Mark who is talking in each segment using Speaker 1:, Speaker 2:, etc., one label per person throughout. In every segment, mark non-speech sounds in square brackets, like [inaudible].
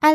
Speaker 1: 艾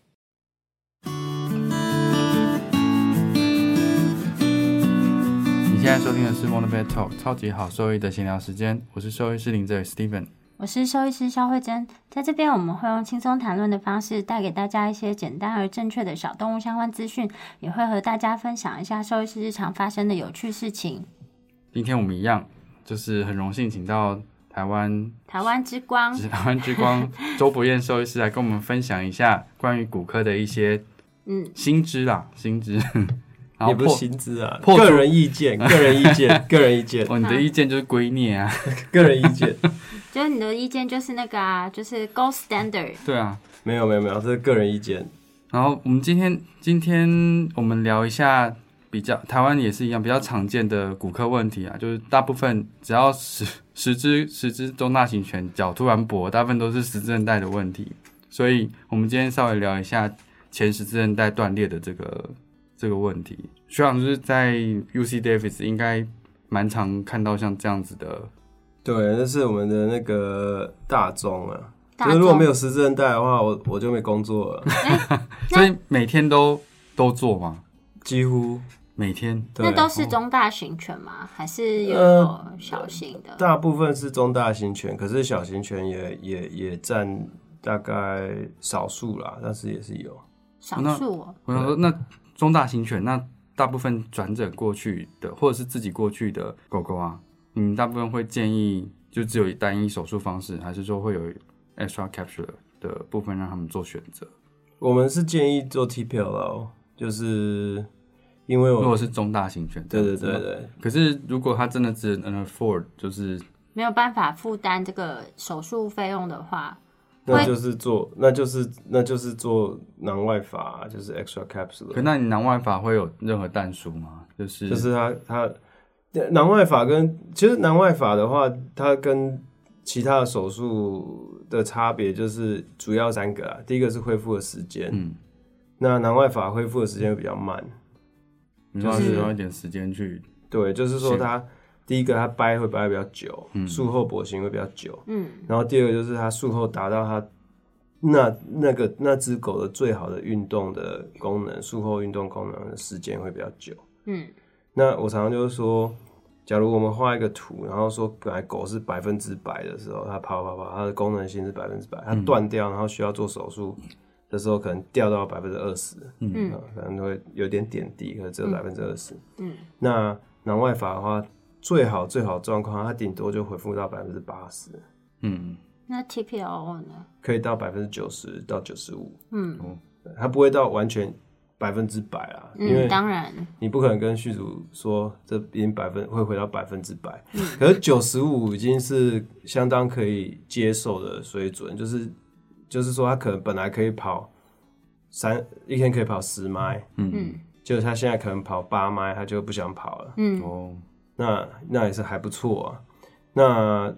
Speaker 2: 你现在收听的是 Wonder Vet Talk 超级好兽医的闲聊时间，我是兽医师林哲宇 Steven。
Speaker 1: 我是兽医师肖慧珍，在这边我们会用轻松谈论的方式，带给大家一些简单而正确的小动物相关资讯，也会和大家分享一下兽医师日常发生的有趣事情。
Speaker 2: 今天我们一样，就是很荣幸请到台湾
Speaker 1: 台湾之光，
Speaker 2: 台湾之 [laughs] 光周博彦兽医师来跟我们分享一下关于骨科的一些
Speaker 1: 嗯，
Speaker 2: 新知啦，新知。 [laughs] 然后
Speaker 3: 也不
Speaker 2: 破
Speaker 3: 是薪资啊，
Speaker 2: 破
Speaker 3: 个人意
Speaker 2: [laughs]
Speaker 3: 见，个人意见，个人意见，
Speaker 2: 哦，你的意见就是归臬
Speaker 3: [laughs]
Speaker 2: 啊，
Speaker 3: 个人意见。
Speaker 1: 就是你的意见就是那个啊，就是 gold standard，
Speaker 2: 对啊。
Speaker 3: 没有没有没有，这是个人意见。
Speaker 2: 然后我们今天今天我们聊一下比较台湾也是一样比较常见的骨科问题啊，就是大部分只要十十只十只中大型犬脚突然跛，大部分都是十字韧带的问题。所以我们今天稍微聊一下前十字韧带断裂的这个这个问题。学长就是在 U C Davis 应该蛮常看到像这样子的，
Speaker 3: 对，那是我们的那个大众啊。
Speaker 1: 大
Speaker 3: 就是如果
Speaker 1: 众
Speaker 3: 没有十字韧带的话，我我就没工作了，
Speaker 1: 那
Speaker 2: 所以每天都都做吗？
Speaker 3: 几乎。
Speaker 2: 每天
Speaker 3: 对
Speaker 1: 那都是中大型犬吗？还是有
Speaker 3: 呃
Speaker 1: 小型的？
Speaker 3: 大部分是中大型犬，可是小型犬也也也占大概少数啦，但是也是有。
Speaker 1: 少
Speaker 2: 那
Speaker 1: 数哦。
Speaker 2: 我想说，那中大型犬，那大部分转诊过去的，或者是自己过去的狗狗啊，你们大部分会建议就只有单一手术方式，还是说会有 extra capture 的部分让他们做选择？
Speaker 3: 我们是建议做 TPL，就是因为
Speaker 2: 如
Speaker 3: 我
Speaker 2: 果是中大型犬，
Speaker 3: 对对
Speaker 2: 这样
Speaker 3: 对
Speaker 2: 子吗。
Speaker 3: 对，
Speaker 2: 可是如果它真的只能 afford，就是
Speaker 1: 没有办法负担这个手术费用的话，
Speaker 3: 那就是做那就是那就是做囊外法，啊就是 extra
Speaker 2: 可
Speaker 3: capsule，啊
Speaker 2: 那你南外法会有任何淡书吗？就是
Speaker 3: 就是它它囊外法跟其实囊外法的话，它跟其他的手术的差别就是主要三个啊，第一个是恢复的时间，
Speaker 2: 嗯，
Speaker 3: 那囊外法恢复的时间会比较慢，
Speaker 2: 你说它
Speaker 3: 就是
Speaker 2: 需要一点时间去，
Speaker 3: 对，就是说
Speaker 2: 是
Speaker 3: 它第一个它掰会掰得比较久，
Speaker 2: 嗯
Speaker 3: 术后跛行会比较久，
Speaker 1: 嗯，
Speaker 3: 然后第二个就是它术后达到它那那个那只狗的最好的运动的功能，术后运动功能的时间会比较久。
Speaker 1: 嗯，
Speaker 3: 那我常常就是说，假如我们画一个图，然后说本来狗是百分之百的时候，它跑跑跑，它的功能性是百分之百，
Speaker 2: 嗯
Speaker 3: 它断掉，然后需要做手术的时候，可能掉到百分之二十，
Speaker 1: 嗯
Speaker 3: 啊，可能会有点点低，可能只有百分之二十。
Speaker 1: 嗯，
Speaker 3: 那囊外法的话，最好最好状况，它顶多就恢复到百分之八十。
Speaker 2: 嗯，
Speaker 1: 那 TPO 呢？
Speaker 3: 可以到百分之九十到九十五，
Speaker 1: 嗯
Speaker 3: 它不会到完全百分之百啊，
Speaker 1: 嗯，
Speaker 3: 因为
Speaker 1: 当然，
Speaker 3: 你不可能跟续主说这已经百分会回到百分之百，
Speaker 1: 嗯
Speaker 3: 可是九十五已经是相当可以接受的水准，就是就是说它可能本来可以跑三一天可以跑十迈，
Speaker 1: 嗯
Speaker 3: 结果它现在可能跑八迈，它就不想跑了，
Speaker 1: 嗯
Speaker 2: 哦，
Speaker 3: 那那也是还不错啊。那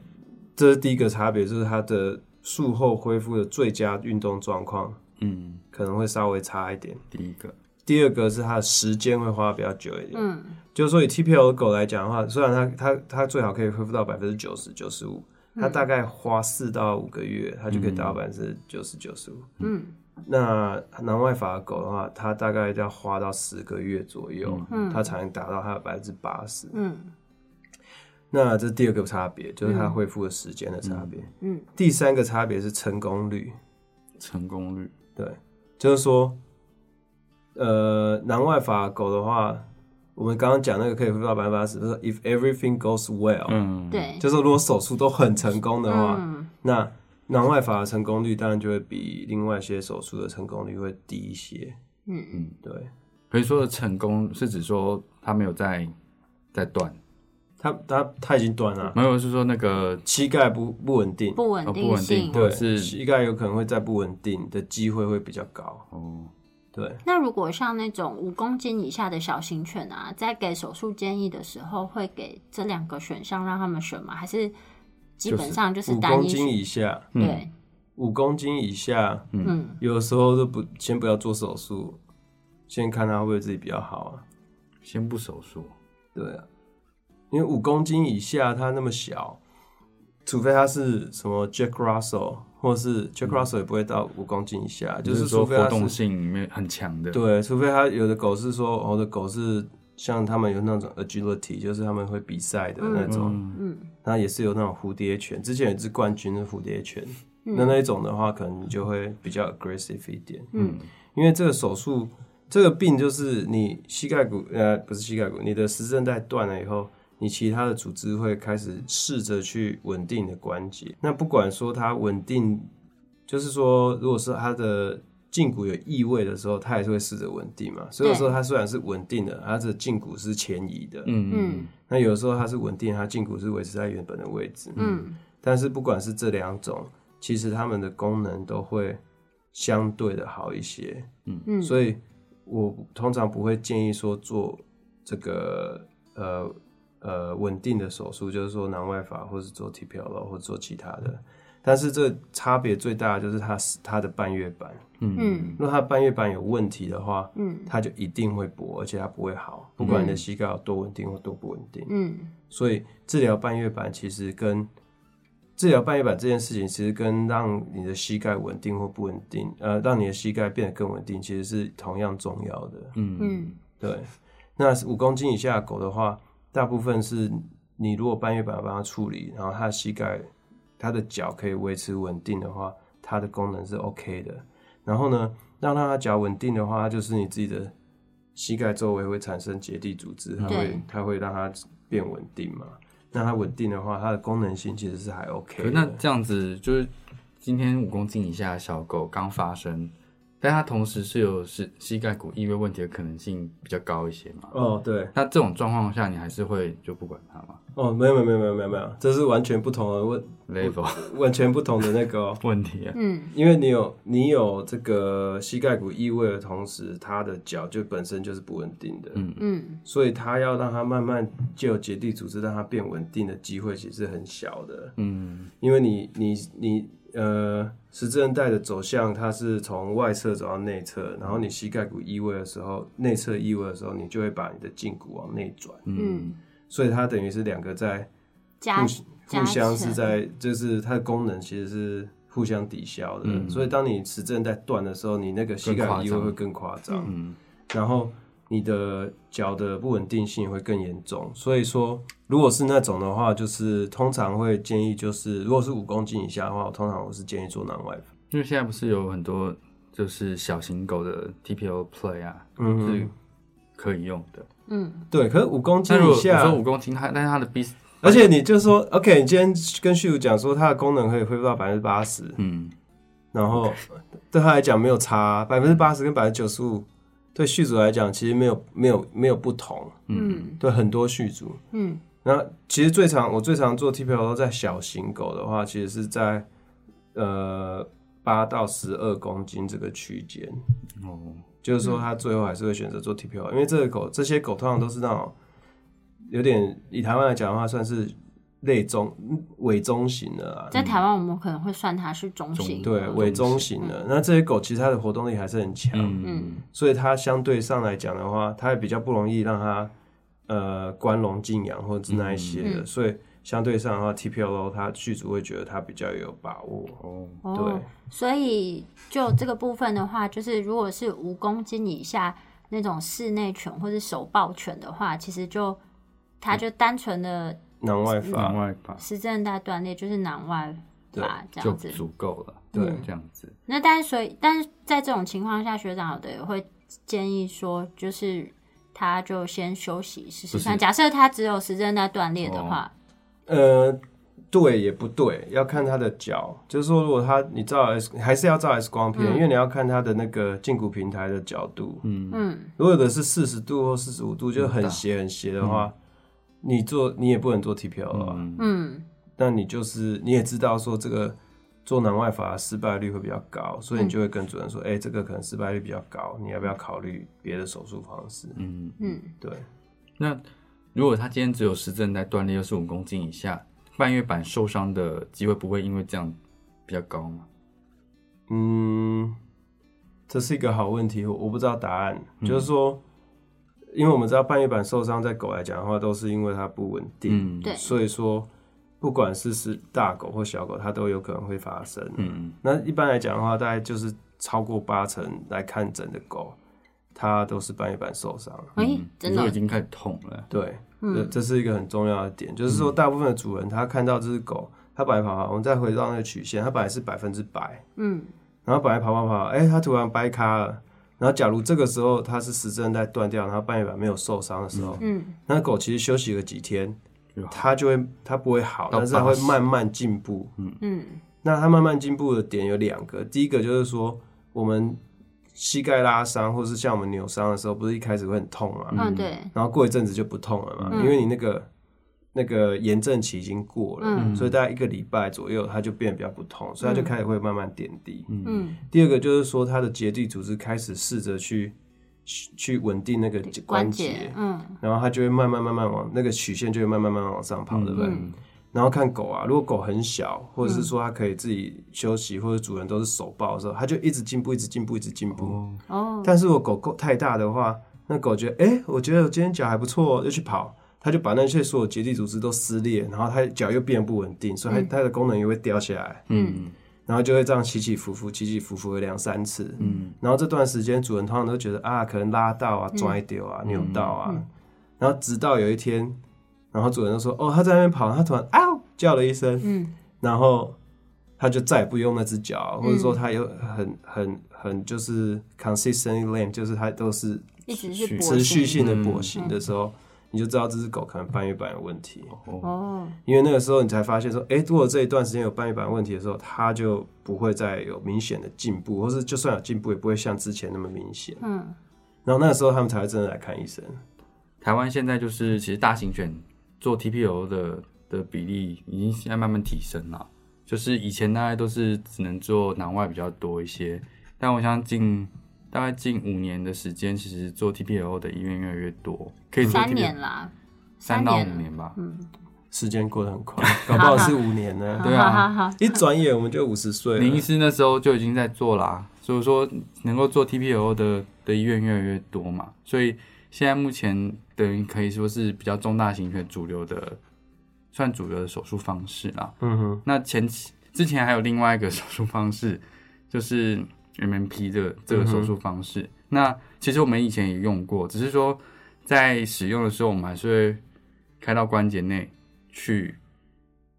Speaker 3: 这是第一个差别，就是它的术后恢复的最佳运动状况。
Speaker 2: 嗯，
Speaker 3: 可能会稍微差一点。
Speaker 2: 第一个，
Speaker 3: 第二个是它的时间会花得比较久一点，
Speaker 1: 嗯
Speaker 3: 就是说以 TPL 的狗来讲的话，虽然它它它最好可以恢复到百分之九十九十五，它
Speaker 1: 嗯
Speaker 3: 大概花四到五个月，它就可以达到百分之九十九十五。
Speaker 1: 嗯
Speaker 3: 那南外法的狗的话，它大概要花到十个月左右，
Speaker 1: 嗯
Speaker 3: 它才能达到它的百分之八十。
Speaker 1: 嗯
Speaker 3: 那这是第二个差别，就是它恢复的时间的差别。
Speaker 1: 嗯
Speaker 3: 第三个差别是成功率，
Speaker 2: 成功率，
Speaker 3: 对，就是说，呃，南外法狗的话，我们刚刚讲那个可以恢复到百分之八十，就是说 if everything goes well，、
Speaker 2: 嗯，，
Speaker 1: 对，
Speaker 3: 就是啊如果手术都很成功的话，
Speaker 1: 嗯
Speaker 3: 那南外法的成功率当然就会比另外一些手术的成功率会低一些。
Speaker 1: 嗯
Speaker 3: 对，
Speaker 2: 可以说的成功是指说它没有在在断，
Speaker 3: 它它它已经断了，
Speaker 2: 没有是说那个
Speaker 3: 膝盖不不稳定，
Speaker 1: 不稳
Speaker 2: 哦不
Speaker 1: 定
Speaker 2: 稳定
Speaker 1: 性，
Speaker 2: 或
Speaker 3: 对，
Speaker 2: 者是
Speaker 3: 膝盖有可能会再不稳定的机会会比较高。
Speaker 2: 哦，
Speaker 3: 对，
Speaker 1: 那如果像那种五公斤以下的小型犬啊，在给手术建议的时候，会给这两个选项让他们选吗？还是基本上就是
Speaker 3: 五
Speaker 1: 单
Speaker 3: 公
Speaker 1: 一
Speaker 3: 斤
Speaker 1: 选？
Speaker 3: 以嗯下，
Speaker 2: 嗯
Speaker 1: 对，
Speaker 3: 五公斤以下，
Speaker 1: 嗯，
Speaker 3: 有的时候都不先不要做手术，先看他会不会自己比较好啊。
Speaker 2: 先不手术，
Speaker 3: 对啊，因为五公斤以下它那么小，除非它是什么 Jack Russell，或是 Jack Russell 也不会到五公斤以下，就
Speaker 2: 嗯就是是说
Speaker 3: 除非
Speaker 2: 活
Speaker 3: 它
Speaker 2: 动
Speaker 3: 是
Speaker 2: 性没有很强的，
Speaker 3: 对，除非它有的狗是说，我、的狗是像他们有那种 agility，就是他们会比赛的那种，
Speaker 1: 嗯，
Speaker 3: 那、也是有那种蝴蝶犬，之前有一只冠军的蝴蝶犬，那那一种的话，可能你就会比较 aggressive 一点，
Speaker 1: 嗯，
Speaker 3: 因为这个手术。这个病就是你膝盖骨，呃，不是膝盖骨，你的十字韧带断了以后，你其他的组织会开始试着去稳定你的关节。那不管说它稳定，就是说，如果是它的胫骨有异位的时候，它也是会试着稳定嘛。所以有时候它虽然是稳定的，它的胫骨是前移的。
Speaker 2: 嗯
Speaker 1: 嗯
Speaker 3: 那有时候它是稳定，它胫骨是维持在原本的位置。
Speaker 1: 嗯
Speaker 3: 但是不管是这两种，其实它们的功能都会相对的好一些。
Speaker 1: 嗯，
Speaker 3: 所以我通常不会建议说做这个呃呃稳定的手术，就是说囊外法，或是做 TPL 或者做其他的。
Speaker 1: 嗯
Speaker 3: 但是这差别最大的就是它它的半月板，
Speaker 1: 嗯
Speaker 3: 如果它半月板有问题的话，
Speaker 1: 嗯
Speaker 3: 它就一定会跛，而且它不会好，不管你的膝盖有多稳定或多不稳定。
Speaker 1: 嗯
Speaker 3: 所以治疗半月板其实跟治疗半月板这件事情，其实跟让你的膝盖稳定或不稳定，呃，让你的膝盖变得更稳定，其实是同样重要的。
Speaker 1: 嗯
Speaker 2: 哦
Speaker 3: 对，那五公斤以下的狗的话，大部分是你如果半月板帮它处理，然后它的膝盖、它的脚可以维持稳定的话，它的功能是 OK 的。然后呢，让它脚稳定的话，它就是你自己的膝盖周围会产生结缔组织，它
Speaker 1: 对
Speaker 2: 嗯
Speaker 3: 会它会让它变稳定嘛。那它稳定的话，它的功能性其实是还
Speaker 2: 可
Speaker 3: OK
Speaker 2: 是
Speaker 3: 的。
Speaker 2: 那这样子就是今天五公斤以下的小狗刚发生，但它同时是有是膝盖骨异位问题的可能性比较高一些嘛？
Speaker 3: 哦，对，
Speaker 2: 那这种状况下，你还是会就不管它吗
Speaker 3: 哦，没有没有没有没有没有没有，这是完全不同的问，
Speaker 2: ？level
Speaker 3: 完全不同的那个、哦。
Speaker 2: 问题啊，
Speaker 1: 嗯
Speaker 3: 因为你有你有这个膝盖骨异位的同时，它的脚就本身就是不稳定的，
Speaker 2: 嗯
Speaker 1: 嗯
Speaker 3: 所以它要让它慢慢借由结缔组织让它变稳定的机会其实是很小的，
Speaker 2: 嗯
Speaker 3: 因为你你你呃十字韧带的走向它是从外侧走到内侧，然后你膝盖骨异位的时候，内侧异位的时候，你就会把你的胫骨往内转，
Speaker 1: 嗯，
Speaker 3: 所以它等于是两个在
Speaker 1: 加加
Speaker 3: 互相是
Speaker 1: 成
Speaker 3: 在，就是它的功能其实是互相抵消的。所以当你磁振在断的时候，你那个膝
Speaker 2: 嗯
Speaker 3: 盖
Speaker 2: 更夸
Speaker 3: 移位
Speaker 2: 张
Speaker 3: 会更夸张，
Speaker 2: 嗯
Speaker 3: 然后你的脚的不稳定性也会更严重。所以说，如果是那种的话，就是通常会建议，就是如果是五公斤以下的话，我通常我是建议做囊外法。
Speaker 2: 因为现在不是有很多就是小型狗的 TPO Play 啊，是可以用的。
Speaker 1: 嗯
Speaker 3: 嗯对，可是五公斤
Speaker 2: 但如
Speaker 3: 以
Speaker 2: 果我
Speaker 3: 下
Speaker 2: 说，五公斤，它但是它的 B，
Speaker 3: 而且你就说，OK，你今天跟旭如讲说，它的功能可以恢复到百分之八十，
Speaker 2: 嗯，
Speaker 3: 然后对他来讲没有差，百分之八十跟百分之九十五，对续主来讲其实没有没有没有不同，
Speaker 1: 嗯
Speaker 3: 对很多续主。
Speaker 1: 嗯
Speaker 3: 那其实最常我最常做 TPO 在小型狗的话，其实是在呃八到十二公斤这个区间，
Speaker 2: 哦，
Speaker 3: 就是说它最后还是会选择做 TPO，因为这个狗这些狗通常都是那种有点以台湾来讲的话，算是类中伪中型的啦，
Speaker 1: 在台湾我们可能会算它是中型，
Speaker 3: 对伪中型的。那这些狗其实它的活动力还是很强，
Speaker 2: 嗯
Speaker 3: 所以它相对上来讲的话，它也比较不容易让它呃关笼静养或者是那一些的，
Speaker 1: 嗯
Speaker 3: 所以相对上的话，TPLO 它剧组会觉得它比较有把握。
Speaker 2: 哦，
Speaker 1: 哦
Speaker 3: 对，
Speaker 1: 所以就这个部分的话，就是如果是五公斤以下那种室内犬或是手抱犬的话，其实就它就单纯的
Speaker 3: 囊外法，
Speaker 1: 嗯
Speaker 2: 另外吧
Speaker 1: 实韧带断裂，就是囊外法这
Speaker 2: 就
Speaker 1: 样子。嗯
Speaker 2: 足够了，
Speaker 3: 对
Speaker 2: 这样子。
Speaker 1: 那但是所以，但是在这种情况下，学长有的也会建议说，就是他就先休息试试看。假设他只有实韧带断裂的话，
Speaker 3: 呃，对也不对，要看它的脚，就是说如果它你照 S 还是要照 X 光片，因为你要看它的那个胫骨平台的角度，
Speaker 1: 嗯
Speaker 3: 如果有的是四十度或四十五度，就很斜很斜的话，你做你也不能做 TPLO 啊。
Speaker 1: 嗯
Speaker 3: 那你就是你也知道说这个做南外法失败率会比较高，所
Speaker 2: 嗯
Speaker 3: 以你就会跟主任说，哎、这个可能失败率比较高，你要不要考虑别的手术方式？
Speaker 2: 嗯，
Speaker 1: 嗯，
Speaker 3: 对，
Speaker 2: 那如果他今天只有实证在断裂六十五公斤以下，半月板受伤的机会不会因为这样比较高吗？
Speaker 3: 嗯，这是一个好问题，我我不知道答案。
Speaker 2: 嗯
Speaker 3: 就是说，因为我们知道半月板受伤，在狗来讲的话，都是因为它不稳定，
Speaker 2: 嗯，
Speaker 1: 对
Speaker 3: 所以说不管是是大狗或小狗，它都有可能会发生。
Speaker 2: 嗯
Speaker 3: 那一般来讲的话，大概就是超过八成来看诊的狗，它都是半月板受伤。
Speaker 1: 哎、
Speaker 2: 嗯，
Speaker 1: 真
Speaker 2: 你说
Speaker 1: 的
Speaker 2: 已，经开始痛了，
Speaker 3: 对，这这是一个很重要的点，就是说大部分的主人他看到这只狗，它本来跑跑，我们再回到那个曲线，它本来是百分之百，
Speaker 1: 嗯，
Speaker 3: 然后本来跑跑跑，哎、它突然掰咖了。然后，假如这个时候它是时针带断掉，然后半月板没有受伤的时候，
Speaker 1: 嗯，
Speaker 3: 那狗其实休息个几天
Speaker 2: 就好，
Speaker 3: 它就会它不会好，
Speaker 2: 到
Speaker 3: 但是它会
Speaker 2: 80
Speaker 3: 慢慢进步。
Speaker 1: 嗯，
Speaker 3: 那它慢慢进步的点有两个，第一个就是说，我们膝盖拉伤，或是像我们扭伤的时候，不是一开始会很痛嘛，
Speaker 1: 嗯，对，
Speaker 3: 然后过一阵子就不痛了嘛，
Speaker 1: 嗯
Speaker 3: 因为你那个那个炎症期已经过了，
Speaker 1: 嗯
Speaker 3: 所以大概一个礼拜左右，它就变得比较不痛，所以它就开始会慢慢点滴。
Speaker 1: 嗯，
Speaker 3: 第二个就是说，它的结缔组织开始试着去去去稳定那个关
Speaker 1: 关
Speaker 3: 节
Speaker 1: 节，，嗯，
Speaker 3: 然后它就会慢慢慢慢往那个曲线就会慢慢慢慢往上跑，对不对？
Speaker 1: 嗯
Speaker 3: 然后看狗啊，如果狗很小，或者是说它可以自己休息，或者主人都是手抱的时候，它就一直进步，一直进步，一直进步。
Speaker 2: 哦，
Speaker 1: 哦，
Speaker 3: 但是我狗够太大的话，那狗觉得，哎、我觉得我今天脚还不错哦，就去跑，它就把那些所有结缔组织都撕裂，然后它脚又变得不稳定，所以它、它的功能又会掉下来，
Speaker 1: 嗯，
Speaker 3: 然后就会这样起起伏伏，起起伏伏个两三次，嗯，然后这段时间主人通常都觉得啊，可能拉到啊、拽丢啊、扭到啊，然后直到有一天，然后主人就说，哦，它在那边跑，它突然啊叫了一声，
Speaker 1: 嗯，
Speaker 3: 然后他就再也不用那只脚，或者说他有很很很就是 consistently lame，就是他都是
Speaker 1: 一直是跛
Speaker 3: 持续
Speaker 1: 行
Speaker 3: 性的跛行的时候，你就知道这只狗可能半月板有问题，
Speaker 1: 哦，
Speaker 3: 因为那个时候你才发现说，诶，如果这一段时间有半月板问题的时候，它就不会再有明显的进步，或是就算有进步，也不会像之前那么明显。
Speaker 1: 嗯，
Speaker 3: 然后那个时候他们才会真的来看医生。
Speaker 2: 台湾现在就是其实大型犬做 TPO 的的比例已经现在慢慢提升了，就是以前大概都是只能做南外比较多一些，但我相信大概近五年的时间，其实做 TPO 的医院越来越多，可以做
Speaker 1: 三
Speaker 2: TPO
Speaker 1: 年啦，
Speaker 2: 三
Speaker 1: 三
Speaker 2: 到
Speaker 1: 年嗯
Speaker 2: 五年吧，
Speaker 3: 时间过得很 [laughs] 快，搞不好是五年呢。
Speaker 2: 对啊
Speaker 1: 哈哈哈，
Speaker 3: 一转眼我们就五十岁
Speaker 2: 林医
Speaker 3: 了。
Speaker 2: 师那时候就已经在做啦、所以说能够做 TPO 的的医院越来越多嘛，所以现在目前等于可以说是比较中大型犬主流的，算主流的手术方式啦。
Speaker 3: 嗯哼。
Speaker 2: 那前期之前还有另外一个 [laughs] 手术方式，就是 MMP 这个这个手术方式。那其实我们以前也用过，只是说在使用的时候，我们还是会开到关节内去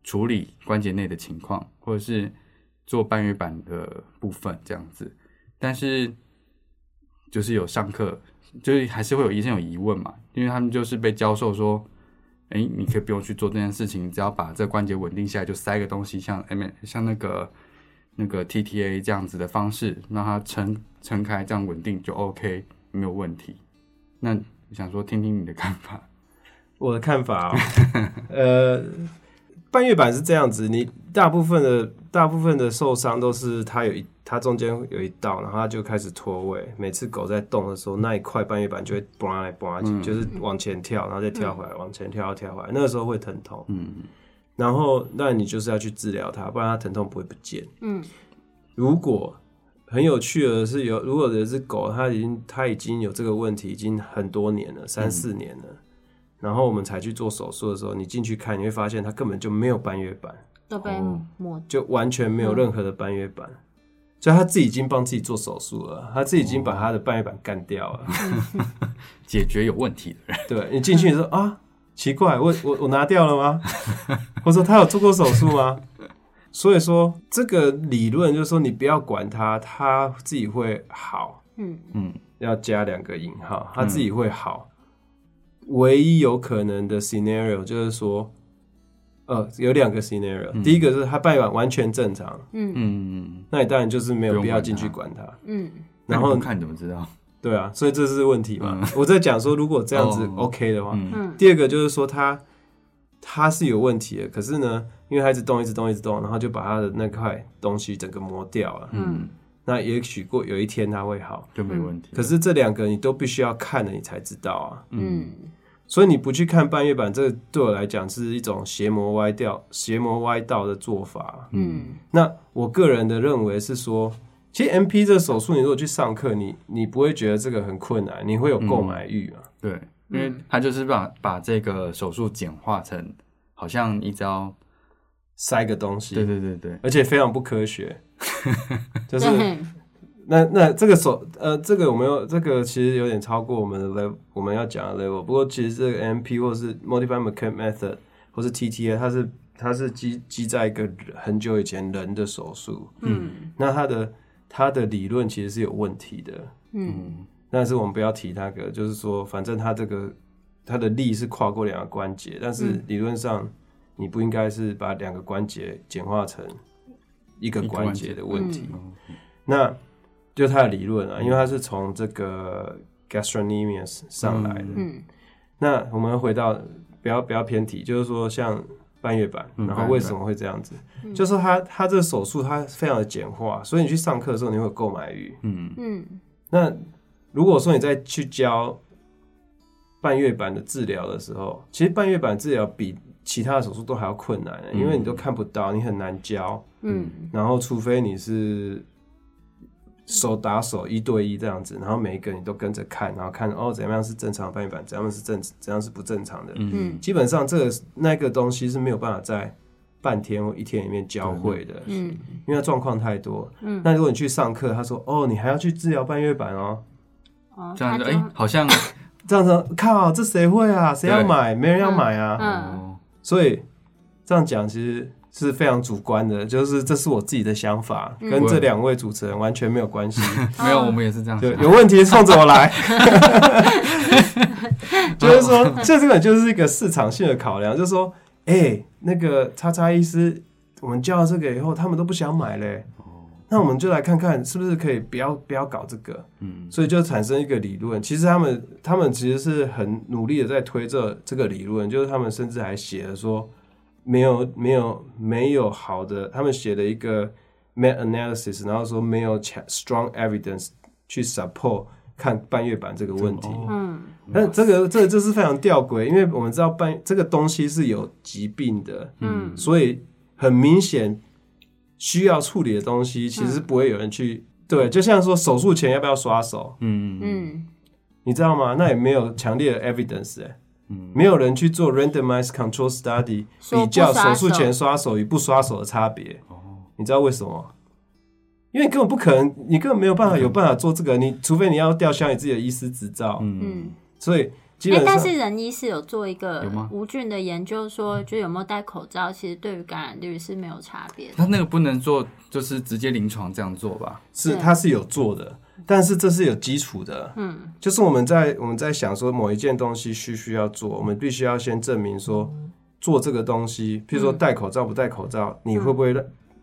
Speaker 2: 处理关节内的情况，或者是做半月板的部分这样子。但是就是有上课，就是还是会有医生有疑问嘛，因为他们就是被教授说，哎、你可以不用去做这件事情，只要把这关节稳定下来，就塞个东西，像 M 像那个那个 TTA 这样子的方式，让它撑撑开，这样稳定就 OK，没有问题。那想说听听你的看法，
Speaker 3: 我的看法、哦， [laughs] 呃，半月板是这样子，你大部分的大部分的受伤都是它有一它中间有一道，然后它就开始脱位。每次狗在动的时候，那一块半月板就会拔来拔去，就是往前跳，然后再跳回来，往前跳跳回来，那个时候会疼痛。
Speaker 2: 嗯，
Speaker 3: 然后那你就是要去治疗它，不然它疼痛不会不见。
Speaker 1: 嗯，
Speaker 3: 如果很有趣的是有，如果有一只狗，它已经它已经有这个问题，已经很多年了，三四年了。然后我们才去做手术的时候，你进去看，你会发现它根本就没有半月板，
Speaker 1: 都被
Speaker 2: 哦
Speaker 1: 抹，
Speaker 3: 就完全没有任何的半月板，所以它自己已经帮自己做手术了，它自己已经把它的半月板干掉了。
Speaker 2: 解决有问题的人，
Speaker 3: 对你进去你说啊，奇怪，我我我拿掉了吗？我说他有做过手术吗？所以说这个理论就是说你不要管它，它自己会好。
Speaker 1: 嗯
Speaker 2: 嗯，
Speaker 3: 要加两个引号，它自己会好。唯一有可能的 scenario 就是说，呃，有两个 scenario，、第一个是它半月板完全正常，
Speaker 1: 嗯
Speaker 2: 嗯，
Speaker 3: 那你当然就是
Speaker 2: 不
Speaker 3: 没有
Speaker 2: 用
Speaker 3: 必要
Speaker 2: 管
Speaker 3: 进去
Speaker 2: 它
Speaker 3: 管它。
Speaker 1: 嗯
Speaker 2: 那
Speaker 3: 然
Speaker 2: 你
Speaker 3: 后
Speaker 2: [laughs] 不看你怎么知道？
Speaker 3: 对啊，所以这是问题嘛。我在讲说，如果这样子
Speaker 2: 哦
Speaker 3: OK 的话，
Speaker 2: 嗯
Speaker 1: 嗯
Speaker 3: 第二个就是说它，它它是有问题的。可是呢，因为它一直动，一直动，一直动，然后就把它的那块东西整个磨掉了。
Speaker 1: 嗯，
Speaker 3: 那也许过有一天它会好，
Speaker 2: 就没问题。
Speaker 3: 嗯可是这两个你都必须要看了，你才知道啊。
Speaker 1: 嗯
Speaker 3: 所以你不去看半月板，这个对我来讲是一种邪魔歪掉、邪魔歪道的做法。
Speaker 1: 嗯
Speaker 3: 那我个人的认为是说，其实 MP 这个手术，你如果去上课，你你不会觉得这个很困难，你会有购买欲嘛？
Speaker 2: 对，因为他就是把把这个手术简化成好像一招，
Speaker 3: 塞个东西，
Speaker 2: 对对对对，
Speaker 3: 而且非常不科学，就是
Speaker 1: 对，嗯
Speaker 3: 那那这个手呃，这个我们有这个其实有点超过我们的 level，我们要讲的 level。不过其实这个 MP 或是 Modified Mechanic Method 或是 TTA，它是它是基基在一个很久以前人的手术，
Speaker 1: 嗯
Speaker 3: 那它的它的理论其实是有问题的。
Speaker 1: 嗯
Speaker 3: 但是我们不要提那个，就是说反正它这个它的力是跨过两个关节，但是
Speaker 1: 嗯
Speaker 3: 理论上你不应该是把两个关节简化成一个
Speaker 2: 一个
Speaker 3: 关
Speaker 2: 关
Speaker 3: 节
Speaker 2: 节
Speaker 3: 的问题。
Speaker 2: 嗯
Speaker 3: 那就他的理论啊，因为他是从这个 gastrocnemius 上来的。
Speaker 1: 嗯
Speaker 3: 那我们回到不要不要偏题，就是说像半月板，
Speaker 2: 嗯
Speaker 3: 然后为什么会这样子？就是说他他这个手术它非常的简化，所以你去上课的时候你会有购买欲。
Speaker 2: 嗯
Speaker 1: 嗯
Speaker 3: 那如果说你再去教半月板的治疗的时候，其实半月板治疗比其他的手术都还要困难，
Speaker 2: 嗯
Speaker 3: 因为你都看不到，你很难教。
Speaker 1: 嗯
Speaker 3: 然后除非你是手打手一对一这样子，然后每一个你都跟着看，然后看哦怎样是正常的半月板，怎样是正怎样是不正常的。
Speaker 2: 嗯
Speaker 1: 嗯
Speaker 3: 基本上这个那个东西是没有办法在半天或一天里面教会的，
Speaker 1: 嗯
Speaker 3: 因为它状况太多。
Speaker 1: 嗯
Speaker 3: 那如果你去上课，他说哦你还要去治疗半月板哦，
Speaker 1: 哦，
Speaker 2: 这样就
Speaker 1: 他
Speaker 2: 哎、好像
Speaker 3: 这样子靠这谁会啊？谁要
Speaker 2: 对
Speaker 3: 买？没人要买啊。
Speaker 1: 嗯
Speaker 2: 哦
Speaker 3: 所以这样讲其实是非常主观的，就是这是我自己的想法，
Speaker 1: 嗯
Speaker 3: 跟这两位主持人完全没有关系。
Speaker 2: 没
Speaker 1: 哦
Speaker 2: 有，我们也是这样想
Speaker 3: 对，，有问题送走来。就是说，这这个就是一个市场性的考量，就是说，哎、那个叉叉医师，我们叫这个以后，他们都不想买嘞、那我们就来看看是不是可以不要不要搞这个，
Speaker 2: 嗯
Speaker 3: 所以就产生一个理论。其实他们他们其实是很努力的在推这这个理论，就是他们甚至还写了说没有没有没有好的，他们写了一个 meta analysis，然后说没有强 strong evidence 去 support 看半月板这个问题。
Speaker 2: 哦
Speaker 1: 嗯
Speaker 3: 但这个这个这是非常吊诡，因为我们知道半这个东西是有疾病的，
Speaker 1: 嗯
Speaker 3: 所以很明显需要处理的东西，其实不会有人去。对，就像说手术前要不要刷手，
Speaker 2: 嗯嗯
Speaker 1: 嗯
Speaker 3: 你知道吗？那也没有强烈的 evidence，、欸、
Speaker 2: 嗯，
Speaker 3: 没有人去做 randomized control study
Speaker 1: 说
Speaker 3: 比
Speaker 1: 不
Speaker 3: 较
Speaker 1: 刷
Speaker 3: 手术
Speaker 1: 手
Speaker 3: 前刷手与不刷手的差别。
Speaker 2: 哦，
Speaker 3: 你知道为什么？因为你根本不可能，你根本没有办法有办法做这个，你除非你要吊销你自己的医师执照，
Speaker 2: 嗯
Speaker 1: 嗯，
Speaker 3: 所以基
Speaker 1: 哎
Speaker 3: 本，上
Speaker 1: 但是仁医是有做一
Speaker 2: 有
Speaker 1: 个
Speaker 2: 吗
Speaker 1: 无菌的研究，说就有没有戴口罩，其实对于感染率是没有差别的。
Speaker 2: 他那个不能做，就是直接临床这样做吧？
Speaker 3: 是
Speaker 1: 对
Speaker 3: 它是有做的，但是这是有基础的，
Speaker 1: 嗯
Speaker 3: 就是我们在我们在想说某一件东西需不需要做，我们必须要先证明说做这个东西，譬如说
Speaker 1: 嗯
Speaker 3: 戴口罩不戴口罩，你
Speaker 1: 嗯
Speaker 3: 会不会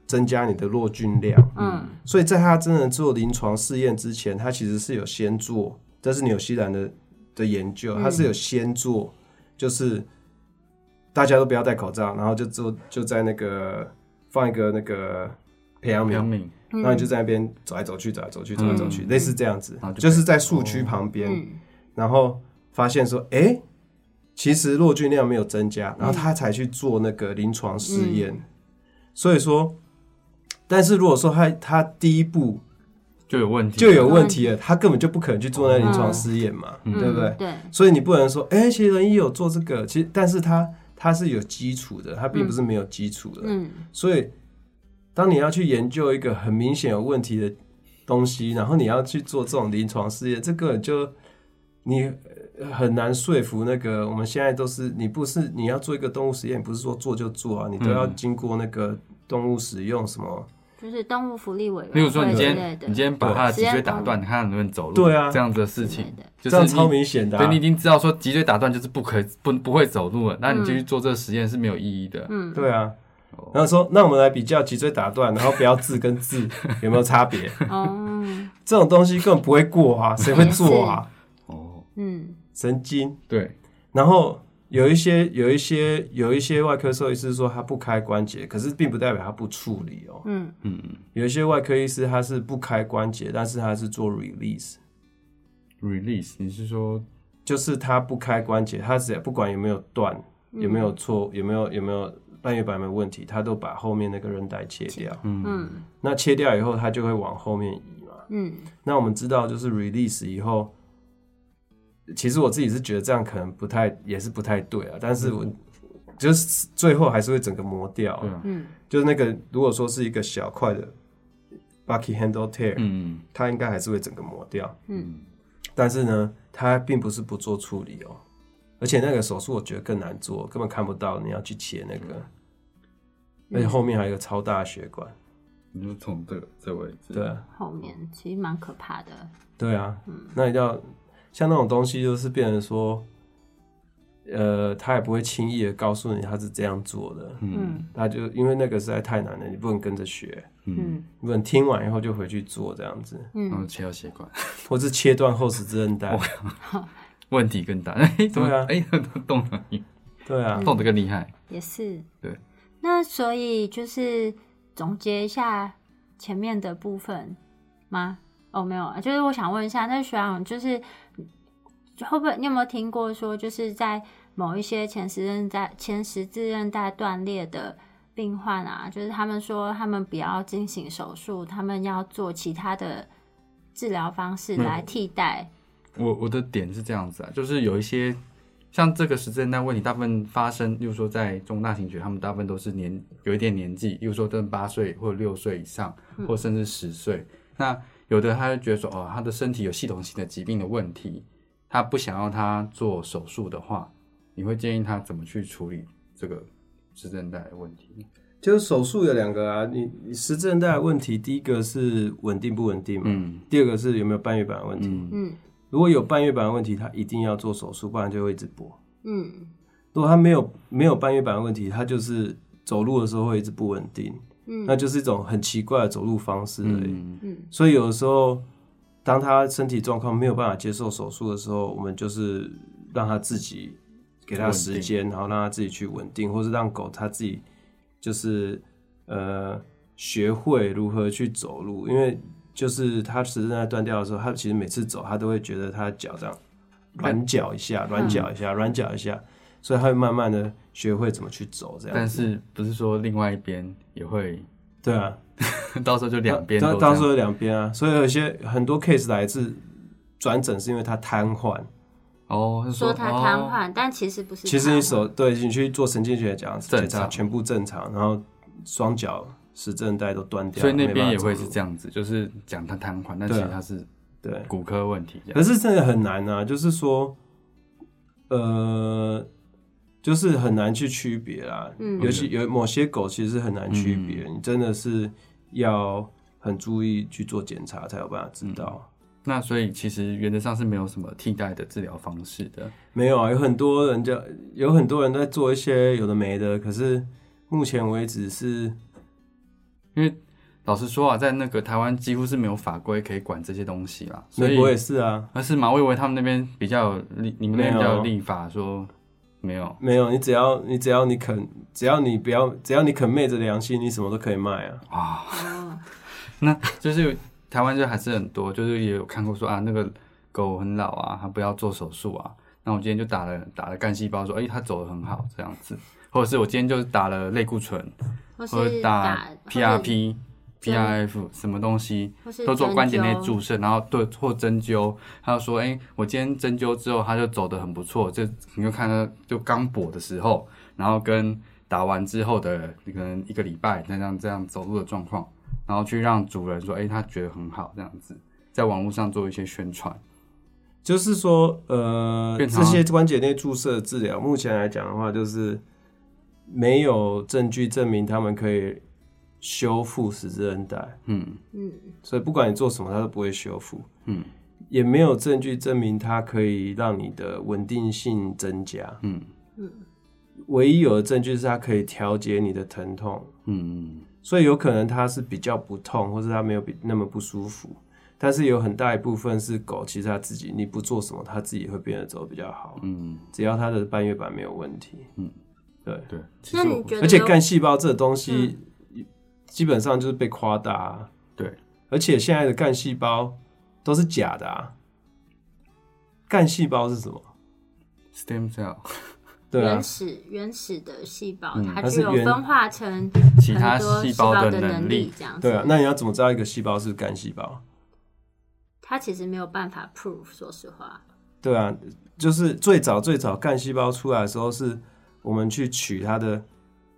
Speaker 3: 增加你的落菌量？
Speaker 1: 嗯
Speaker 3: 所以在他真的做临床试验之前，他其实是有先做，这是纽西兰的的研究，
Speaker 1: 嗯
Speaker 3: 他是有先做，就是大家都不要戴口罩，然后就做就在那个放一个那个培养皿
Speaker 2: 杨，敏，
Speaker 1: 嗯，
Speaker 3: 然后你就在那边走来走去，走来走去，走来走去，
Speaker 1: 嗯
Speaker 3: 类似这样子
Speaker 2: 然后，就
Speaker 3: 就是在树区旁边，
Speaker 1: 嗯
Speaker 3: 然后发现说，哎，其实落菌量没有增加，然后他才去做那个临床试
Speaker 1: 嗯
Speaker 3: 验。所以说，但是如果说他他第一步
Speaker 2: 就有问题，
Speaker 3: 就有问题了，他根本就不可能去做那临床试验嘛，
Speaker 1: 嗯
Speaker 3: 对不对？
Speaker 1: 对，
Speaker 3: 所以你不能说，哎，其实人也有做这个，其实但是他他是有基础的，他并不是没有基础的，
Speaker 1: 嗯
Speaker 3: 所以，当你要去研究一个很明显有问题的东西，然后你要去做这种临床试验，这个就你呃很难说服那个。我们现在都是，你不是你要做一个动物实验，你不是说做就做啊，你都要经过那个动物使用什么。
Speaker 2: 嗯
Speaker 1: 就是动物福利委员
Speaker 2: 例
Speaker 1: 会
Speaker 2: 如说，你
Speaker 1: 之
Speaker 2: 今
Speaker 1: 类
Speaker 2: 天
Speaker 1: 的，
Speaker 2: 你今天把他的脊椎打断，看他能不能走路，
Speaker 3: 对啊
Speaker 2: 这样子的事情，就
Speaker 3: 这样
Speaker 2: 是
Speaker 3: 超
Speaker 2: 你，
Speaker 3: 明显的、
Speaker 2: 对
Speaker 3: 啊
Speaker 2: 你已。经知道说脊椎打断就是不可不不会走路了，那你就去做这个实验是没有意义的。
Speaker 1: 嗯，
Speaker 3: 对啊
Speaker 2: 哦，
Speaker 3: 然后说，那我们来比较脊椎打断，然后不要字跟字有没有差别？ [laughs]
Speaker 1: 哦，
Speaker 3: 这种东西根本不会过啊，谁会做啊？
Speaker 2: 哦，
Speaker 1: 嗯
Speaker 3: 神经。
Speaker 2: 对，
Speaker 3: 然后有一些有一些有一些外科兽医师说他不开关节，可是并不代表他不处理哦。
Speaker 1: 嗯
Speaker 3: 有一些外科医师他是不开关节，但是他是做 release，
Speaker 2: release，你是说
Speaker 3: 就是他不开关节，他只不管有没有断，有没有错，有没有有没有半月板有没有问题，他都把后面那个韧带切掉。
Speaker 1: 嗯
Speaker 3: 那切掉以后，它就会往后面移嘛。
Speaker 1: 嗯
Speaker 3: 那我们知道，就是 release 以后，其实我自己是觉得这样可能不太，也是不太对啊。但是我就是最后还是会整个磨掉啊、
Speaker 2: 对啊？
Speaker 1: 嗯
Speaker 3: 就是那个如果说是一个小块的 bucky handle tear，、
Speaker 2: 嗯，
Speaker 3: 它应该还是会整个磨掉。
Speaker 1: 嗯
Speaker 3: 但是呢，它并不是不做处理哦，而且那个手术我觉得更难做，根本看不到你要去切那个，
Speaker 1: 嗯
Speaker 3: 而且后面还有一个超大的血管。
Speaker 2: 你就从这个这位置，
Speaker 3: 对啊，
Speaker 1: 后面其实蛮可怕的。
Speaker 3: 对啊，
Speaker 2: 嗯
Speaker 3: 那一定要像那种东西，就是变成说，呃，他也不会轻易的告诉你他是这样做的，
Speaker 1: 嗯
Speaker 3: 他就因为那个实在太难了，你不能跟着学，
Speaker 1: 嗯
Speaker 3: 你不能听完以后就回去做这样子，
Speaker 2: 然后
Speaker 1: 嗯
Speaker 2: 哦切到血管， [laughs]
Speaker 3: 或是切断后十字韧带，
Speaker 2: 问题更大。哎，怎么
Speaker 3: 对啊
Speaker 2: 哎， [laughs] 动了，
Speaker 3: 对啊，
Speaker 2: 动得更厉害。
Speaker 1: 也是。
Speaker 2: 对。
Speaker 1: 那所以就是总结一下前面的部分吗？哦，没有啊，就是我想问一下，那学长就是会不会你有没有听过说，就是在某一些前十韧带、前十字韧带断裂的病患啊，就是他们说他们不要进行手术，他们要做其他的治疗方式
Speaker 3: 嗯
Speaker 2: 没有
Speaker 1: 来替代。
Speaker 2: 我我的点是这样子啊，就是有一些像这个实质那问题，大部分发生，例如说在重大型学，他们大部分都是年有一点年纪，例如说真的八岁或者六岁以上，
Speaker 1: 嗯
Speaker 2: 或甚至十岁。那有的他就觉得说，哦，他的身体有系统性的疾病的问题，他不想要他做手术的话，你会建议他怎么去处理这个实质带的问题？
Speaker 3: 就是手术有两个啊，你你十字韧带的问题，第一个是稳定不稳定嘛，
Speaker 2: 嗯
Speaker 3: 第二个是有没有半月板的问题，
Speaker 2: 嗯
Speaker 1: 嗯
Speaker 3: 如果有半月板的问题，他一定要做手术，不然就会一直跛。
Speaker 1: 嗯
Speaker 3: 如果他没有没有半月板的问题，他就是走路的时候会一直不稳定，
Speaker 1: 嗯
Speaker 3: 那就是一种很奇怪的走路方式而已。
Speaker 2: 嗯
Speaker 1: 嗯
Speaker 3: 所以有的时候，当他身体状况没有办法接受手术的时候，我们就是让他自己给他时间，然后让他自己去稳定，或是让狗它自己就是呃学会如何去走路，因为就是它十字韧带断掉的时候，它其实每次走它都会觉得它的脚这样软脚一下，
Speaker 2: 嗯
Speaker 3: 软脚一下，软脚一下，所以它会慢慢的学会怎么去走这样
Speaker 2: 但
Speaker 3: 子。
Speaker 2: 是不是说另外一边也会， [laughs]
Speaker 3: 对啊，
Speaker 2: 到时候就两边
Speaker 3: 到
Speaker 2: 都
Speaker 3: 到
Speaker 2: 这
Speaker 3: 时
Speaker 2: 样
Speaker 3: 候有两边啊，所以有些很多 case 来自转诊是因为他瘫痪，
Speaker 2: 哦，是
Speaker 1: 说他
Speaker 2: 哦
Speaker 1: 瘫痪，但其实不是瘫痪。
Speaker 3: 其实你手对你去做神经学讲检
Speaker 2: 正
Speaker 3: 查
Speaker 2: 常
Speaker 3: 全部正常，然后双脚十字韧带都断掉，
Speaker 2: 所以那
Speaker 3: 啊没办
Speaker 2: 边
Speaker 3: 法
Speaker 2: 也会
Speaker 3: 走
Speaker 2: 是
Speaker 3: 路
Speaker 2: 这样子，就是讲他瘫痪，但其
Speaker 3: 对啊
Speaker 2: 实他是
Speaker 3: 对。
Speaker 2: 骨科问题这
Speaker 3: 可
Speaker 2: 样。
Speaker 3: 是真的很难啊，就是说，呃，就是很难去区别啦。
Speaker 1: 嗯
Speaker 3: 尤其有某些狗其实很难
Speaker 2: 嗯
Speaker 3: 区别，你真的是要很注意去做检查才有办法知
Speaker 2: 嗯
Speaker 3: 道。
Speaker 2: 那所以其实原则上是没有什么替代的治疗方式的。
Speaker 3: 没有啊，有很多人家有很多人在做一些有的没的，可是目前为止是
Speaker 2: 老实说啊，在那个台湾几乎是没有法规可以管这些东西啦，所
Speaker 3: 美
Speaker 2: 以
Speaker 3: 国也是啊，
Speaker 2: 而是嘛，我以为他们那边比较有立，你们那边
Speaker 3: 没有
Speaker 2: 比较有立法说没有，
Speaker 3: 没有你只要你只要你肯，只要你不要只要你肯昧着良心，你什么都可以卖啊。 [laughs]
Speaker 1: 哦
Speaker 2: 那就是台湾就还是很多，就是也有看过说啊，那个狗很老啊，它不要做手术啊。那我今天就打了打了干细胞，说哎、它走的很好这样子，或者是我今天就打了类固醇，
Speaker 1: 或
Speaker 2: 或者
Speaker 1: 是
Speaker 2: 打
Speaker 1: 或者
Speaker 2: PRP、PRF 什么东西
Speaker 1: 或是
Speaker 2: 都做关节内
Speaker 1: 针灸
Speaker 2: 注射，然后对或针灸，他就说，哎、我今天针灸之后，他就走得很不错，这你就看他就刚跛的时候，然后跟打完之后的可能一个礼拜那样这样走路的状况，然后去让主人说，哎、他觉得很好这样子，在网络上做一些宣传，
Speaker 3: 就是说，呃，
Speaker 2: 变
Speaker 3: 这
Speaker 2: 成
Speaker 3: 些关节内注射治疗，目前来讲的话，就是没有证据证明他们可以修复十字韧带，
Speaker 2: 嗯
Speaker 1: 嗯
Speaker 3: 所以不管你做什么，它都不会修复。
Speaker 2: 嗯
Speaker 3: 也没有证据证明它可以让你的稳定性增加。
Speaker 2: 嗯
Speaker 3: 唯一有的证据是它可以调节你的疼痛，
Speaker 2: 嗯嗯
Speaker 3: 所以有可能它是比较不痛，或是它没有比那么不舒服。但是有很大一部分是狗，其实它自己你不做什么，它自己会变得走得比较好。
Speaker 2: 嗯，
Speaker 3: 只要它的半月板没有问题，
Speaker 2: 嗯，
Speaker 3: 对。
Speaker 2: 对。其
Speaker 1: 那
Speaker 2: 实
Speaker 1: 你嗯
Speaker 2: 我
Speaker 1: 觉得有？
Speaker 3: 而且干细胞这东西，基本上就是被夸大、啊。
Speaker 2: 对，
Speaker 3: 而且现在的干细胞都是假的啊。干细胞是什么？
Speaker 2: stem cell
Speaker 3: 对啊
Speaker 1: 原，始原始的细胞，
Speaker 2: 嗯
Speaker 1: 它
Speaker 3: 它
Speaker 1: 具
Speaker 3: 是
Speaker 1: 有
Speaker 3: 原
Speaker 1: 分化成
Speaker 2: 其他
Speaker 1: 很多
Speaker 2: 细
Speaker 1: 细
Speaker 2: 胞
Speaker 1: 的
Speaker 2: 能
Speaker 1: 力，这样子。
Speaker 3: 对啊。那你要怎么知道一个细胞是干细胞？
Speaker 1: 它其实没有办法 prove，说实话，
Speaker 3: 对啊，就是最早最早干细胞出来的时候，是我们去取它的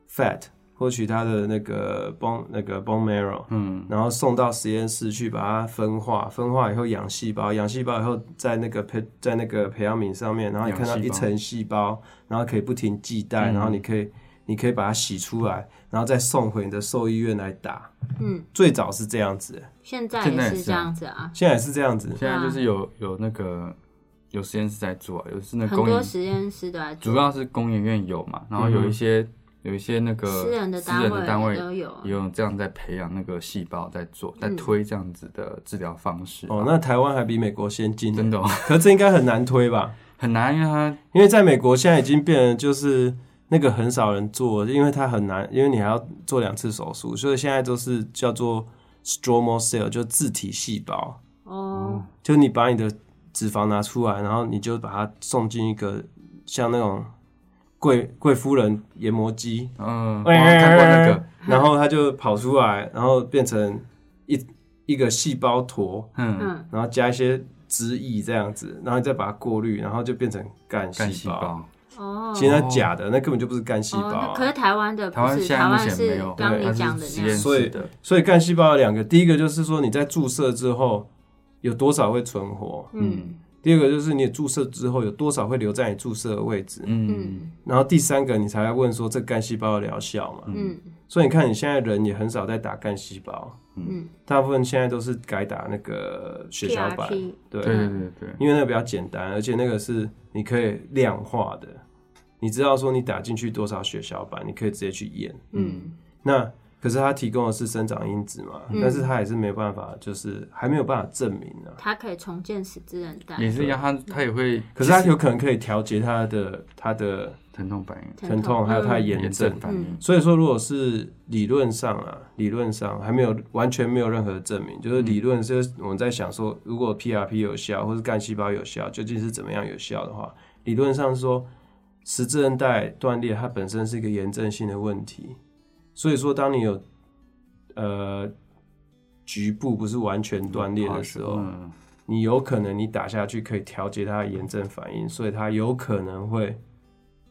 Speaker 3: fat 或取它的那个 bone 那个 bone marrow，
Speaker 2: 嗯，
Speaker 3: 然后送到实验室去把它分化，分化以后养细胞，养细胞以后在那个培在那个培养皿上面，然后你看到
Speaker 2: 养细
Speaker 3: 一
Speaker 2: 胞
Speaker 3: 层细胞，然后可以不停系带，
Speaker 2: 嗯
Speaker 3: 然后你可以你可以把它洗出来，然后再送回你的兽医院来打。
Speaker 1: 嗯，
Speaker 3: 最早是这样子，
Speaker 1: 现在
Speaker 2: 现在
Speaker 1: 也
Speaker 2: 也
Speaker 1: 是
Speaker 2: 是
Speaker 1: 这
Speaker 2: 啊
Speaker 1: 样子啊。
Speaker 3: 现在也是这样子。
Speaker 2: 现
Speaker 1: 嗯
Speaker 2: 在就是有有那个有实验室在做啊，有是那
Speaker 1: 很
Speaker 2: 公
Speaker 1: 多
Speaker 2: 营，
Speaker 1: 实验室都在做
Speaker 2: 主要是公营院有嘛，然后有一些、有一些那个
Speaker 1: 私人的
Speaker 2: 私人的单位
Speaker 1: 都有。
Speaker 2: 也有这样在培养那个细胞，在做在
Speaker 1: 嗯
Speaker 2: 推这样子的治疗方式，
Speaker 3: 哦，那台湾还比美国先进，
Speaker 2: 真的哦、
Speaker 3: 可这应该很难推吧？
Speaker 2: 很难，因为它
Speaker 3: 因为在美国现在已经变成就是那个很少人做，因为它很难，因为你还要做两次手术，所以现在都是叫做 stromal cell，就自体细胞，
Speaker 1: 哦，
Speaker 3: 就你把你的脂肪拿出来，然后你就把它送进一个像那种贵贵夫人研磨机，
Speaker 2: 嗯，我好像看过那
Speaker 3: [laughs]
Speaker 2: 个，
Speaker 3: 然后它就跑出来，然后变成一一个细胞坨，
Speaker 2: 嗯，
Speaker 1: 嗯，
Speaker 3: 然后加一些汁液这样子，然后再把它过滤，然后就变成干
Speaker 2: 干细
Speaker 3: 细胞。
Speaker 2: 胞，
Speaker 1: 哦，
Speaker 3: 其实那假的，那根本就不是干细胞
Speaker 1: 哦
Speaker 3: 啊、
Speaker 1: 那可是台湾的
Speaker 2: 台
Speaker 1: 不
Speaker 2: 湾
Speaker 1: 是，
Speaker 2: 现
Speaker 1: 台
Speaker 2: 在目
Speaker 1: 湾
Speaker 2: 前
Speaker 1: 是
Speaker 2: 没有，
Speaker 1: 刚
Speaker 2: 它
Speaker 1: 你讲
Speaker 2: 是
Speaker 1: 的
Speaker 2: 实
Speaker 1: 那
Speaker 2: 验
Speaker 3: 样
Speaker 1: 样。
Speaker 3: 所
Speaker 2: 室
Speaker 3: 以
Speaker 2: 的，
Speaker 3: 所以干细胞有两个，第一个就是说你在注射之后有多少会存活，
Speaker 1: 嗯
Speaker 3: 第二个就是你注射之后有多少会留在你注射的位置，
Speaker 2: 嗯
Speaker 1: 嗯
Speaker 3: 然后第三个你才会问说这干细胞的疗效嘛。
Speaker 1: 嗯
Speaker 3: 所以你看你现在人也很少在打干细胞，
Speaker 1: 嗯
Speaker 3: 大部分现在都是改打那个血小板，
Speaker 1: ，PRP
Speaker 3: 对
Speaker 2: 对对对对，
Speaker 3: 因为那个比较简单，而且那个是你可以量化的，你知道说你打进去多少血小板，你可以直接去验。
Speaker 1: 嗯
Speaker 3: 那可是它提供的是生长因子嘛，
Speaker 1: 嗯
Speaker 3: 但是它也是没有办法，就是还没有办法证明啊。
Speaker 1: 它可以重建十字韧带，
Speaker 2: 也是一样，它它也会，
Speaker 3: 可是它有可能可以调节它的它的
Speaker 2: 疼痛反应、
Speaker 3: 疼痛，还有它的炎
Speaker 2: 炎
Speaker 3: 症
Speaker 2: 症。反应，
Speaker 1: 嗯
Speaker 3: 所以说，如果是理论上啊，理论上还没有完全没有任何证明，
Speaker 2: 嗯
Speaker 3: 就是理论就是我们在想说，如果 PRP 有效，或是干细胞有效，究竟是怎么样有效的话，理论上说，十字韧带断裂它本身是一个炎症性的问题，所以说当你有呃局部不是完全断裂的时候，
Speaker 2: 嗯
Speaker 3: 你有可能你打下去可以调节它的炎症反应，所以它有可能会 [laughs]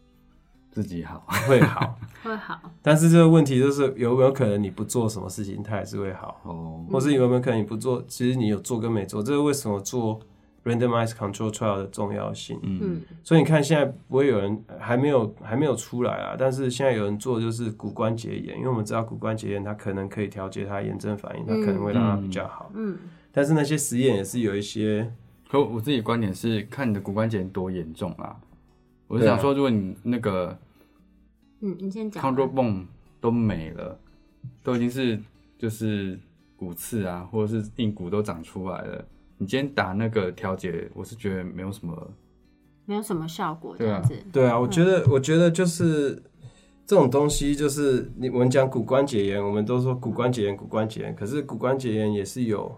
Speaker 2: 自己好，
Speaker 3: 会好。
Speaker 1: 会好。
Speaker 3: 但是这个问题就是有没有可能你不做什么事情，它也是会好，
Speaker 2: 哦，
Speaker 3: 或是有没有可能你不做，其实你有做跟没做，这是为什么做 randomized control trial 的重要性。
Speaker 2: 嗯，
Speaker 1: 嗯
Speaker 3: 所以你看现在不会有人还没有还没有出来啊，但是现在有人做就是骨关节炎，因为我们知道骨关节炎它可能可以调节它的炎症反应，它可能会让它比较好。
Speaker 1: 嗯
Speaker 3: 但是那些实验也是有一些，
Speaker 2: 可我自己观点是看你的骨关节多严重啦。我是
Speaker 3: 对啊
Speaker 2: 想说，如果你那个
Speaker 1: 嗯，你先讲吧。
Speaker 2: control bone 都没了，都已经是就是骨刺啊，或者是硬骨都长出来了，你今天打那个调节，我是觉得没有什么，
Speaker 1: 没有什么效果这
Speaker 2: 对啊
Speaker 1: 样子。
Speaker 3: 对啊，我觉得我觉得就是这种东西，就是你我们讲骨关节炎，我们都说骨关节炎，骨关节炎，可是骨关节炎也是有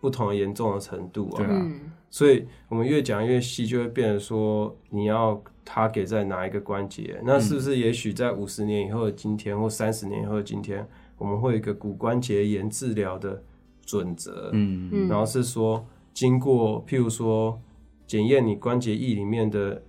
Speaker 3: 不同严重的程度
Speaker 2: 对
Speaker 3: 啊，
Speaker 2: 啊
Speaker 1: 嗯
Speaker 3: 所以我们越讲越细，就会变成说你要 target 在哪一个关节，那是不是也许在五十年以后的今天，或三十年以后的今天，我们会有一个骨关节炎治疗的准则，
Speaker 2: 嗯
Speaker 1: 嗯，
Speaker 3: 然后是说经过譬如说检验你关节液里面的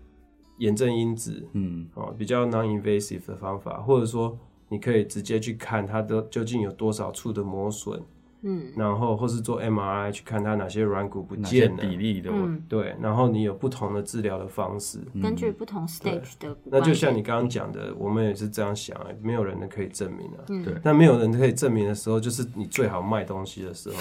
Speaker 3: 炎症因子。
Speaker 2: 嗯
Speaker 3: 哦，比较 non-invasive 的方法，或者说你可以直接去看它的究竟有多少处的磨损，
Speaker 1: 嗯
Speaker 3: 然后或是做 MRI 去看它哪些软骨不
Speaker 2: 哪哦些
Speaker 3: 见了，
Speaker 2: 比例的我，
Speaker 1: 嗯，
Speaker 3: 对，然后你有不同的治疗的方式。
Speaker 1: 根据不同 stage 的骨
Speaker 3: 嗯那就
Speaker 1: 关
Speaker 3: 像
Speaker 1: 节
Speaker 3: 你刚刚讲的，我们也是这样想、欸，没有人可以证明啊。
Speaker 1: 嗯
Speaker 2: 对
Speaker 3: 但没有人可以证明的时候，就是你最好卖东西的时候、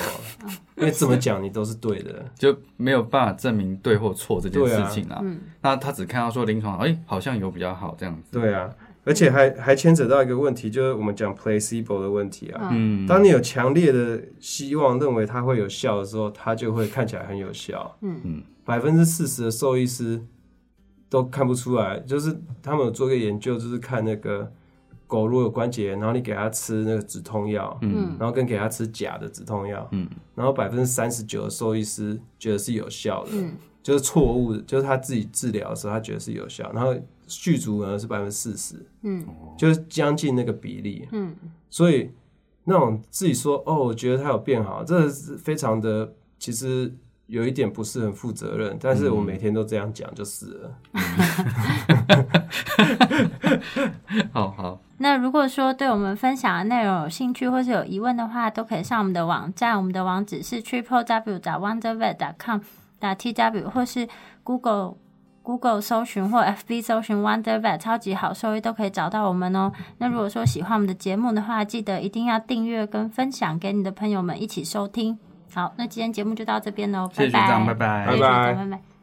Speaker 1: [laughs]
Speaker 3: 啊，因为怎么讲你都是对的。
Speaker 2: 就没有办法证明对或错这件
Speaker 3: 对啊
Speaker 2: 事情啊。
Speaker 1: 嗯
Speaker 2: 那他只看到说临床，哎、好像有比较好这样子，
Speaker 3: 对啊，而且还还牵扯到一个问题，就是我们讲 placebo 的问题啊。
Speaker 2: 嗯，
Speaker 3: 当你有强烈的希望认为它会有效的时候，它就会看起来很有效。
Speaker 1: 嗯
Speaker 2: 嗯，
Speaker 3: 百分之四十的兽医师都看不出来，就是他们有做一个研究，就是看那个狗如果有关节炎，然后你给它吃那个止痛药，
Speaker 1: 嗯
Speaker 3: 然后跟给它吃假的止痛药，
Speaker 2: 嗯，
Speaker 3: 然后百分之三十九的兽医师觉得是有效的，
Speaker 1: 嗯
Speaker 3: 就是错误的，就是他自己治疗的时候，他觉得是有效，然后续足呢是百分之四十，
Speaker 1: 嗯
Speaker 3: 就是将近那个比例，
Speaker 1: 嗯
Speaker 3: 所以那种自己说哦，我觉得他有变好，这是非常的，其实有一点不是很负责任，但是我每天都这样讲就是了。
Speaker 2: [laughs] 好好，
Speaker 1: 那如果说对我们分享的内容有兴趣或是有疑问的话，都可以上我们的网站，我们的网址是 triple w wondervet com 打 t w 或是 Google。Google 搜寻或 FB 搜寻 Wonder Vet 超级好兽医都可以找到我们哦。那如果说喜欢我们的节目的话，记得一定要订阅跟分享给你的朋友们一起收听。好，那今天节目就到这边喽，
Speaker 2: 谢谢学长，拜拜，
Speaker 1: 谢谢学长，拜拜。